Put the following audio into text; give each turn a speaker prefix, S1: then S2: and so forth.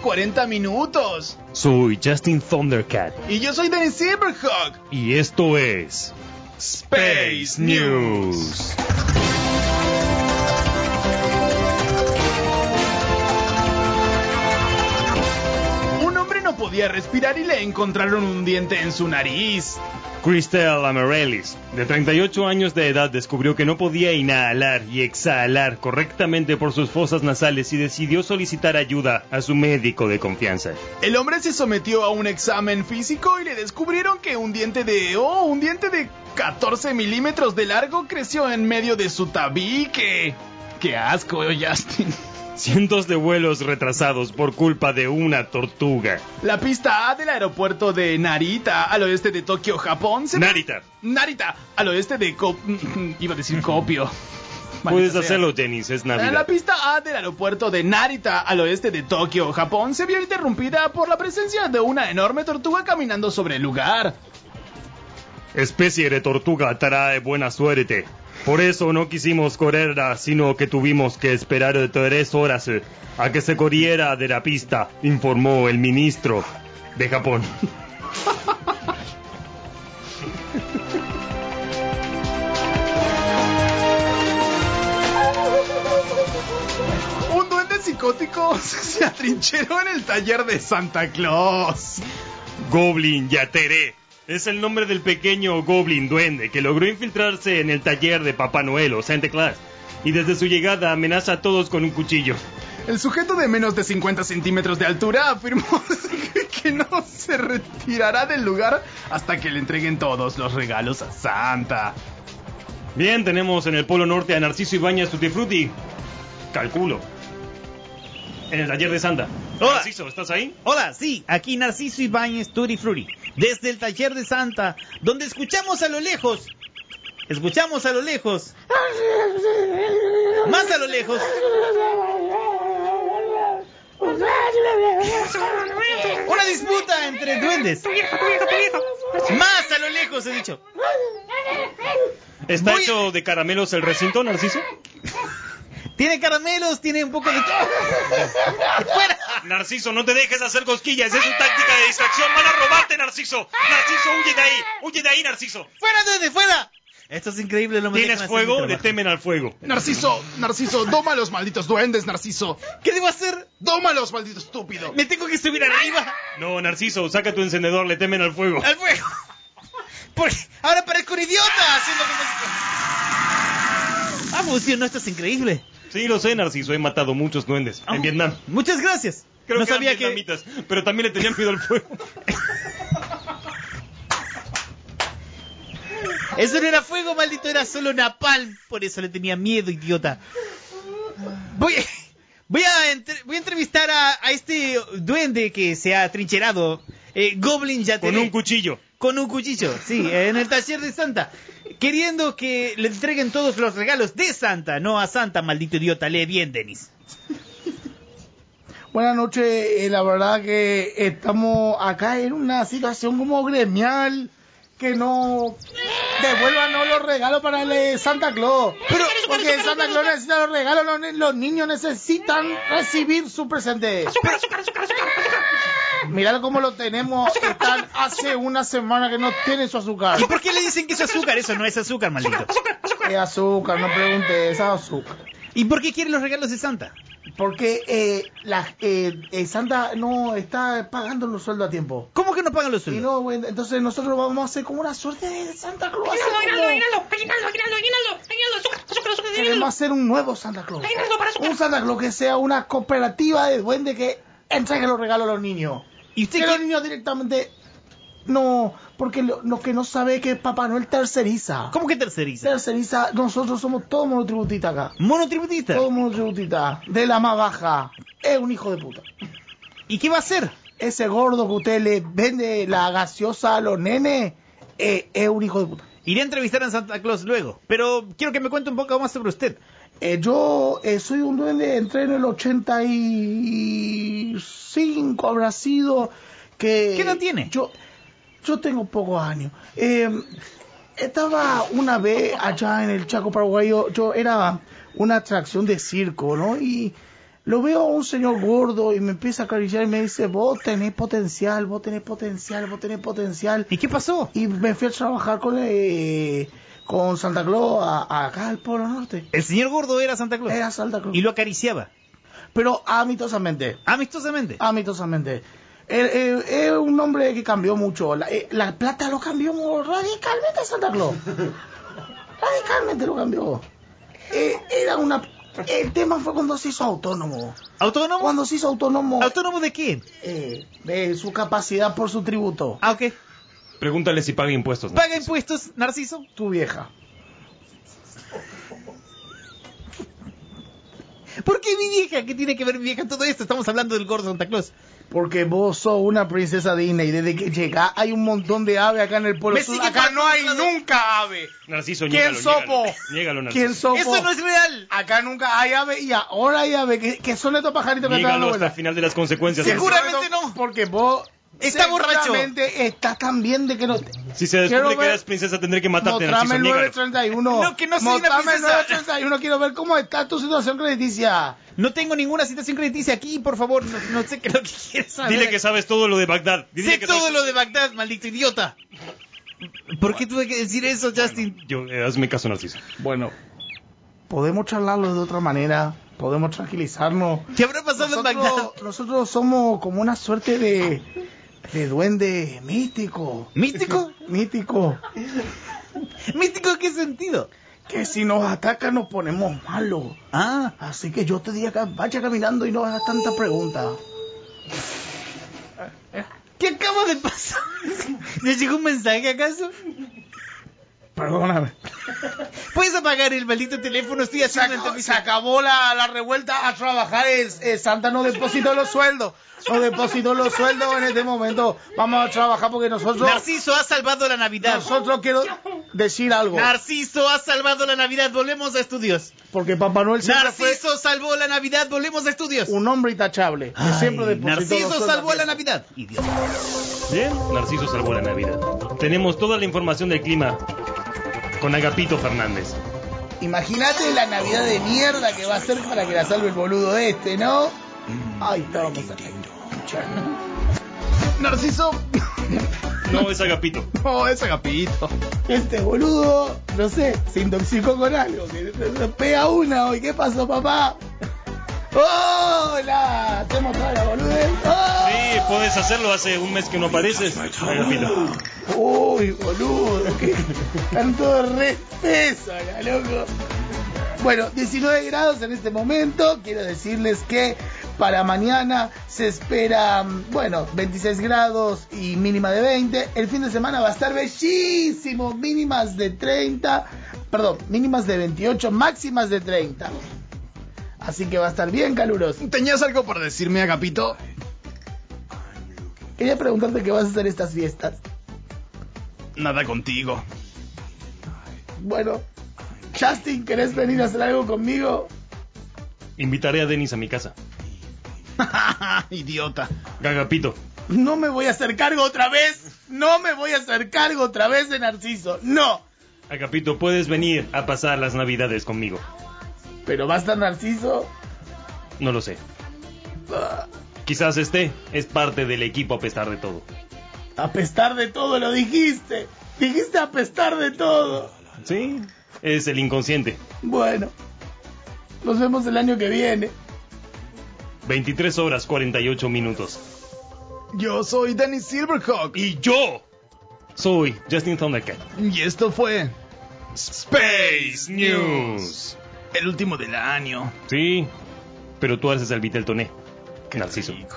S1: 40 minutos.
S2: Soy Justin Thundercat
S1: Y yo soy Dennis Silverhawk.
S2: y esto es Space News.
S1: Un hombre no podía respirar y le encontraron un diente en su nariz.
S2: Crystal Amarellis, de 38 años de edad, descubrió que no podía inhalar y exhalar correctamente por sus fosas nasales y decidió solicitar ayuda a su médico de confianza.
S1: El hombre se sometió a un examen físico y le descubrieron que un diente de... ¡Oh! Un diente de 14 milímetros de largo creció en medio de su tabique. ¡Qué asco, Justin!
S2: Cientos de vuelos retrasados por culpa de una tortuga.
S1: La pista A del aeropuerto de Narita, al oeste de Tokio, Japón, se...
S2: Narita,
S1: Narita, al oeste de... Cop- Iba a decir Copio.
S2: puedes
S1: Maldita sea.
S2: hacerlo, Dennis, es
S1: La
S2: Navidad.
S1: pista A del aeropuerto de Narita, al oeste de Tokio, Japón, se vio interrumpida por la presencia de una enorme tortuga caminando sobre el lugar.
S2: Especie de tortuga trae buena suerte. Por eso no quisimos correrla, sino que tuvimos que esperar tres horas eh, a que se corriera de la pista, informó el ministro de Japón.
S1: Un duende psicótico se atrincheró en el taller de Santa Claus.
S2: Goblin Yateré. Es el nombre del pequeño Goblin Duende que logró infiltrarse en el taller de Papá Noel o Santa Claus y desde su llegada amenaza a todos con un cuchillo.
S1: El sujeto de menos de 50 centímetros de altura afirmó que no se retirará del lugar hasta que le entreguen todos los regalos a Santa.
S2: Bien, tenemos en el Polo Norte a Narciso Ibañez Tutti Frutti. Calculo. En el taller de Santa.
S3: Hola.
S2: Narciso, ¿estás ahí?
S3: Hola, sí, aquí Narciso Ibáñez Turi Fruri, desde el taller de Santa, donde escuchamos a lo lejos. Escuchamos a lo lejos. Más a lo lejos. Una disputa entre duendes. Más a lo lejos, he dicho.
S2: ¿Está
S3: Voy-
S2: hecho de caramelos el recinto, Narciso?
S3: Tiene caramelos, tiene un poco de... ¡Fuera!
S2: Ah. Narciso, no te dejes hacer cosquillas. Es una táctica de distracción. Van a robarte, Narciso. Narciso, huye de ahí. Huye de ahí, Narciso.
S3: ¡Fuera, duende, fuera! Esto es increíble, lo
S2: ¿Tienes fuego? Le temen al fuego.
S1: Narciso, Narciso, doma a los malditos duendes, Narciso.
S3: ¿Qué debo hacer?
S1: Doma a los malditos estúpido.
S3: Me tengo que subir arriba.
S2: No, Narciso, saca tu encendedor, le temen al fuego.
S3: ¡Al fuego! Porque ahora parezco un idiota haciendo como... Ah, funcionó, esto es increíble.
S2: Sí, lo sé, Narciso, he matado muchos duendes en Vietnam.
S3: Muchas gracias.
S2: Creo
S3: no
S2: que eran
S3: sabía que...
S2: vietnamitas, pero también le tenían miedo al fuego.
S3: Eso no era fuego, maldito, era solo napalm. Por eso le tenía miedo, idiota. Voy, voy, a, entre- voy a entrevistar a, a este duende que se ha trincherado. eh, Goblin ya
S2: Con un cuchillo.
S3: Con un cuchillo, sí, en el taller de Santa. Queriendo que le entreguen todos los regalos de Santa, no a Santa, maldito idiota. Lee bien, Denis.
S4: Buenas noches, eh, la verdad que estamos acá en una situación como gremial que no devuelvan ¿no? los regalos para el eh, Santa Claus. Pero, porque el Santa Claus necesita los regalos, los, ni- los niños necesitan recibir su presente. Mirad cómo lo tenemos, están hace una semana que no tiene su azúcar.
S3: ¿Y por qué le dicen que es azúcar? Eso no es azúcar, maldito.
S4: Es Eh, azúcar, no pregunte, es azúcar.
S3: ¿Y por qué quiere los regalos de Santa?
S4: Porque eh, la, eh, eh, Santa no está pagando los sueldos a tiempo.
S3: ¿Cómo que no pagan los
S4: Y
S3: sueldos?
S4: no, güey, entonces nosotros vamos a hacer como una suerte de Santa Claus. así
S5: Aguinaldo, aguinaldo,
S4: como-
S5: aguinaldo, aguinaldo, aguinaldo, aguinaldo, aguinaldo, azúcar, azúcar, azúcar, aguinaldo.
S4: Queremos hacer un nuevo Santa Claus.
S5: Aguinaldo para azúcar.
S4: Un Santa Claus que sea una cooperativa de duende que entregue los regalos a los niños.
S3: ¿Y usted
S4: que los
S3: quiere...
S4: niños directamente... No, porque lo, lo que no sabe es que Papá Noel terceriza.
S3: ¿Cómo que terceriza?
S4: Terceriza, nosotros somos todos monotributistas acá.
S3: Monotributista.
S4: Todos monotributistas. De la más baja. Es un hijo de puta.
S3: ¿Y qué va a hacer?
S4: Ese gordo que usted le vende la gaseosa a los nenes eh, es un hijo de puta.
S3: Iré a entrevistar a Santa Claus luego, pero quiero que me cuente un poco más sobre usted.
S4: Eh, yo eh, soy un duende, entré en el 85, habrá sido que...
S3: ¿Qué edad tiene?
S4: Yo, yo tengo pocos años. Eh, estaba una vez allá en el Chaco Paraguayo, yo era una atracción de circo, ¿no? Y Lo veo a un señor gordo y me empieza a acariciar y me dice, vos tenés potencial, vos tenés potencial, vos tenés potencial.
S3: ¿Y qué pasó?
S4: Y me fui a trabajar con, eh, con Santa Claus a- a acá al Polo Norte.
S3: El señor gordo era Santa Claus.
S4: Era Santa Claus.
S3: Y lo acariciaba.
S4: Pero amistosamente.
S3: Amistosamente.
S4: Ah, Amistosamente. Es un hombre que cambió mucho. La, eh, la plata lo cambió mu- radicalmente a Santa Claus. radicalmente lo cambió. Eh, era una. El tema fue cuando se hizo autónomo.
S3: ¿Autónomo?
S4: Cuando se hizo autónomo
S3: ¿Autónomo de qué?
S4: eh, de su capacidad por su tributo.
S3: Ah, ok.
S2: Pregúntale si paga impuestos.
S3: ¿Paga impuestos, Narciso?
S4: Tu vieja.
S3: ¿Por qué mi vieja? ¿Qué tiene que ver mi vieja en todo esto? Estamos hablando del gordo Santa Claus.
S4: Porque vos sos una princesa Disney. Desde que llegás hay un montón de aves acá en el pueblo.
S3: Me
S4: Sur.
S3: sigue
S4: Acá no hay
S3: participando.
S4: nunca ave.
S2: Narciso,
S4: ¿Quién
S2: niégalo,
S4: sopo?
S2: niégalo. Niégalo, Narciso.
S4: ¿Quién sopo?
S3: ¡Eso no es real!
S4: Acá nunca hay ave y ahora hay ave. ¿Qué, qué son estos pajaritos que están
S2: Niégalo
S4: dando
S2: hasta el
S4: vueltas?
S2: final de las consecuencias.
S3: Sí,
S2: Narciso.
S3: jura- Seguramente no.
S4: Porque vos.
S3: Está
S4: seguramente estás tan bien de que no.
S2: Si se descubre
S4: Quiero
S2: que
S4: ver-
S2: eres princesa, tendré que matarte,
S4: Mostrame
S2: Narciso.
S4: el
S2: Niégalo.
S4: 931.
S3: No, que no soy una
S4: Mostrame el
S3: princesa.
S4: 931. Quiero ver cómo está tu situación crediticia.
S3: No tengo ninguna citación crediticia aquí, por favor. No, no sé qué es lo que quieres saber.
S2: Dile que sabes todo lo de Bagdad. Dile
S3: Sé
S2: que
S3: todo
S2: sabes-
S3: lo de Bagdad, maldito idiota. ¿Por qué tuve que decir eso, Justin?
S2: Yo, eh, hazme caso, Narciso.
S4: Bueno, podemos charlarlo de otra manera. Podemos tranquilizarnos.
S3: ¿Qué habrá pasado en Bagdad?
S4: Nosotros, nosotros somos como una suerte de. de duende místico.
S3: ¿Místico?
S4: Mítico.
S3: ¿Místico en qué sentido?
S4: Que si nos ataca nos ponemos malos.
S3: Ah,
S4: Así que yo te diría que vaya caminando y no hagas tanta pregunta.
S3: ¿qué acaba de pasar? ¿Le llegó un mensaje acaso?
S4: Perdóname.
S3: ¿Puedes apagar el maldito teléfono? Estoy haciendo una
S4: Se
S3: entrevista.
S4: acabó la, la revuelta a trabajar. es- es Santa nos depositó los sueldos. Nos depositó los sueldos en este momento. Vamos a trabajar porque nosotros.
S3: Narciso ha salvado la Navidad.
S4: Nosotros quiero decir algo.
S3: Narciso ha salvado la Navidad. Volvemos a estudios.
S4: Porque Papá Noel siempre fue
S3: Narciso salvó la Navidad. Volvemos a estudios.
S4: un hombre intachable. Que
S3: Ay,
S4: siempre depositó los
S3: Narciso
S4: sueldos
S3: salvó
S4: a
S3: la
S4: tiempo.
S3: Navidad. Idiota.
S2: Bien, Narciso salvó la Navidad. Tenemos toda la información del clima con Agapito Fernández.
S4: Imagínate la Navidad de mierda que va a ser para que la salve el boludo este, ¿no? Ay, estábamos
S1: Narciso.
S2: No es Agapito.
S1: No, es agapito.
S4: Este boludo, no sé, se intoxicó con algo. que Pega una hoy, ¿qué pasó, papá? ¡Hola! ¿Te mostrado la boludez? ¡Oh!
S2: Sí, puedes hacerlo. Hace un mes que no apareces. Agapito.
S4: ¡Uy, boludo! que Están todos re espesos acá, loco. Bueno, 19 grados en este momento. Quiero decirles que para mañana se espera, mm, bueno, 26 grados y mínima de 20. El fin de semana va a estar bellísimo. Mínimas de 30. Perdón, mínimas de 28, máximas de 30. Así que va a estar bien caluroso.
S1: ¿Tenías algo por decirme, agapito?
S4: Quería preguntarte qué vas a hacer estas fiestas.
S1: Nada contigo.
S4: Bueno, Justin, ¿querés venir a hacer algo conmigo?
S2: Invitaré a Denis a mi casa.
S1: Idiota.
S2: Agapito.
S4: No me voy a hacer cargo otra vez. No me voy a hacer cargo otra vez de Narciso. No.
S2: Agapito, puedes venir a pasar las Navidades conmigo.
S4: Pero va a estar Narciso. Ah,
S2: No lo sé. Quizás esté. Es parte del equipo a pesar de todo.
S4: Apestar de todo lo dijiste. Dijiste apestar de todo.
S2: Sí. Es el inconsciente.
S4: Bueno. Nos vemos el año que viene.
S2: 23 horas 48 minutos.
S1: Yo soy Danny Silverhawk. Y
S2: Y yo soy Justin Thundercat.
S1: y esto fue Space
S2: News.
S1: El último del año.
S2: Sí, pero tú haces el Viteltoné. Narciso.
S1: Rico.